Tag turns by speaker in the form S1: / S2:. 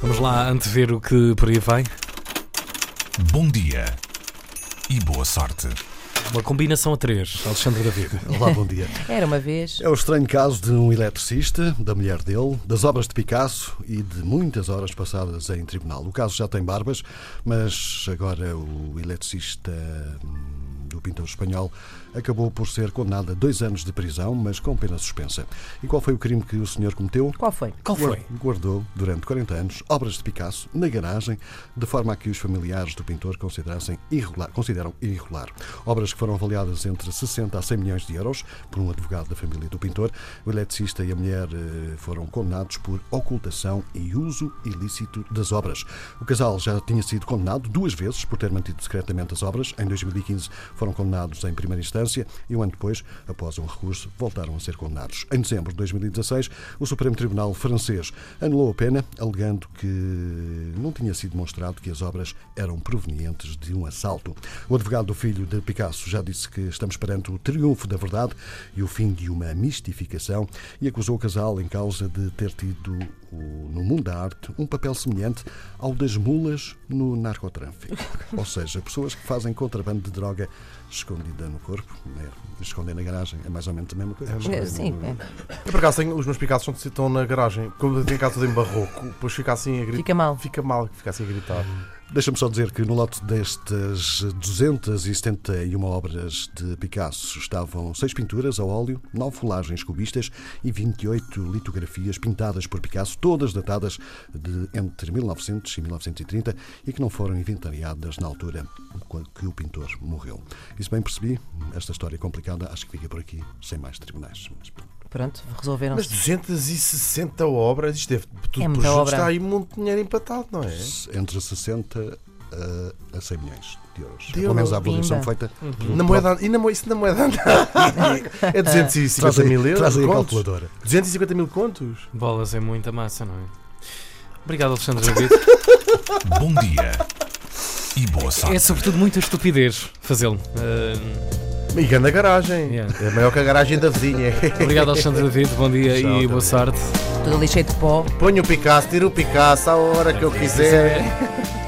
S1: Vamos lá antever o que por aí vai.
S2: Bom dia e boa sorte.
S1: Uma combinação a três, Alexandre David.
S3: Olá, bom dia.
S4: Era uma vez.
S3: É o estranho caso de um eletricista, da mulher dele, das obras de Picasso e de muitas horas passadas em tribunal. O caso já tem barbas, mas agora o eletricista hum, do pintor espanhol acabou por ser condenado a dois anos de prisão, mas com pena suspensa. E qual foi o crime que o senhor cometeu?
S4: Qual foi?
S1: Qual foi?
S3: Guardou durante 40 anos obras de Picasso na garagem, de forma a que os familiares do pintor considerassem irregular, consideram irregular. Obras que foram avaliadas entre 60 a 100 milhões de euros por um advogado da família do pintor. O eletricista e a mulher eh, foram condenados por ocultação e uso ilícito das obras. O casal já tinha sido condenado duas vezes por ter mantido secretamente as obras. Em 2015 foram condenados em primeira instância e um ano depois, após um recurso, voltaram a ser condenados. Em dezembro de 2016, o Supremo Tribunal francês anulou a pena, alegando que não tinha sido demonstrado que as obras eram provenientes de um assalto. O advogado do filho de Picasso já disse que estamos perante o triunfo da verdade e o fim de uma mistificação e acusou o casal em causa de ter tido, o- no mundo da arte, um papel semelhante ao das mulas no narcotráfico. Ou seja, pessoas que fazem contrabando de droga escondida no corpo, né? esconder na garagem, é mais ou menos a mesma coisa.
S4: É, Sim, é.
S5: Eu por acaso tenho, os meus Picasso estão- estão na garagem. Quando eu tenho casa em barroco, depois fica assim a gritar.
S4: Fica mal. Hum.
S5: Fica mal, fica assim a gritar.
S3: Deixa-me só dizer que no lote destas 271 obras de Picasso estavam seis pinturas a óleo, nove folagens cubistas e 28 litografias pintadas por Picasso, todas datadas de entre 1900 e 1930 e que não foram inventariadas na altura quando que o pintor morreu. E se bem percebi, esta história complicada acho que fica por aqui, sem mais tribunais. Mas pronto.
S4: Pronto, resolveram.
S5: Mas 260 obras, isto deve tudo
S4: É
S5: por
S4: muita
S5: junto,
S4: obra.
S5: está aí muito dinheiro empatado, não é?
S3: Entre 60 a, a 100 milhões de euros.
S5: Deus,
S3: Pelo menos a avaliação
S4: pimba.
S3: feita. pelo
S5: Na moeda, e na moeda, isso na moeda é 250
S3: Traz aí-
S5: mil euros.
S3: traz aí a
S5: contos?
S3: calculadora.
S5: 250 mil contos?
S1: Bolas é muita massa, não é? Obrigado, Alexandre David.
S2: Bom dia e boa
S1: É
S2: sorte.
S1: sobretudo muita estupidez fazê-lo. Ah,
S5: E grande a garagem.
S1: Yeah.
S5: É maior que a garagem da vizinha.
S1: obrigado, Alexandre David. Bom dia
S5: Tchau,
S1: e boa
S5: também.
S1: sorte.
S4: Tudo ali cheio de pó.
S5: Põe o Picasso, tira o Picasso à hora que eu quiser.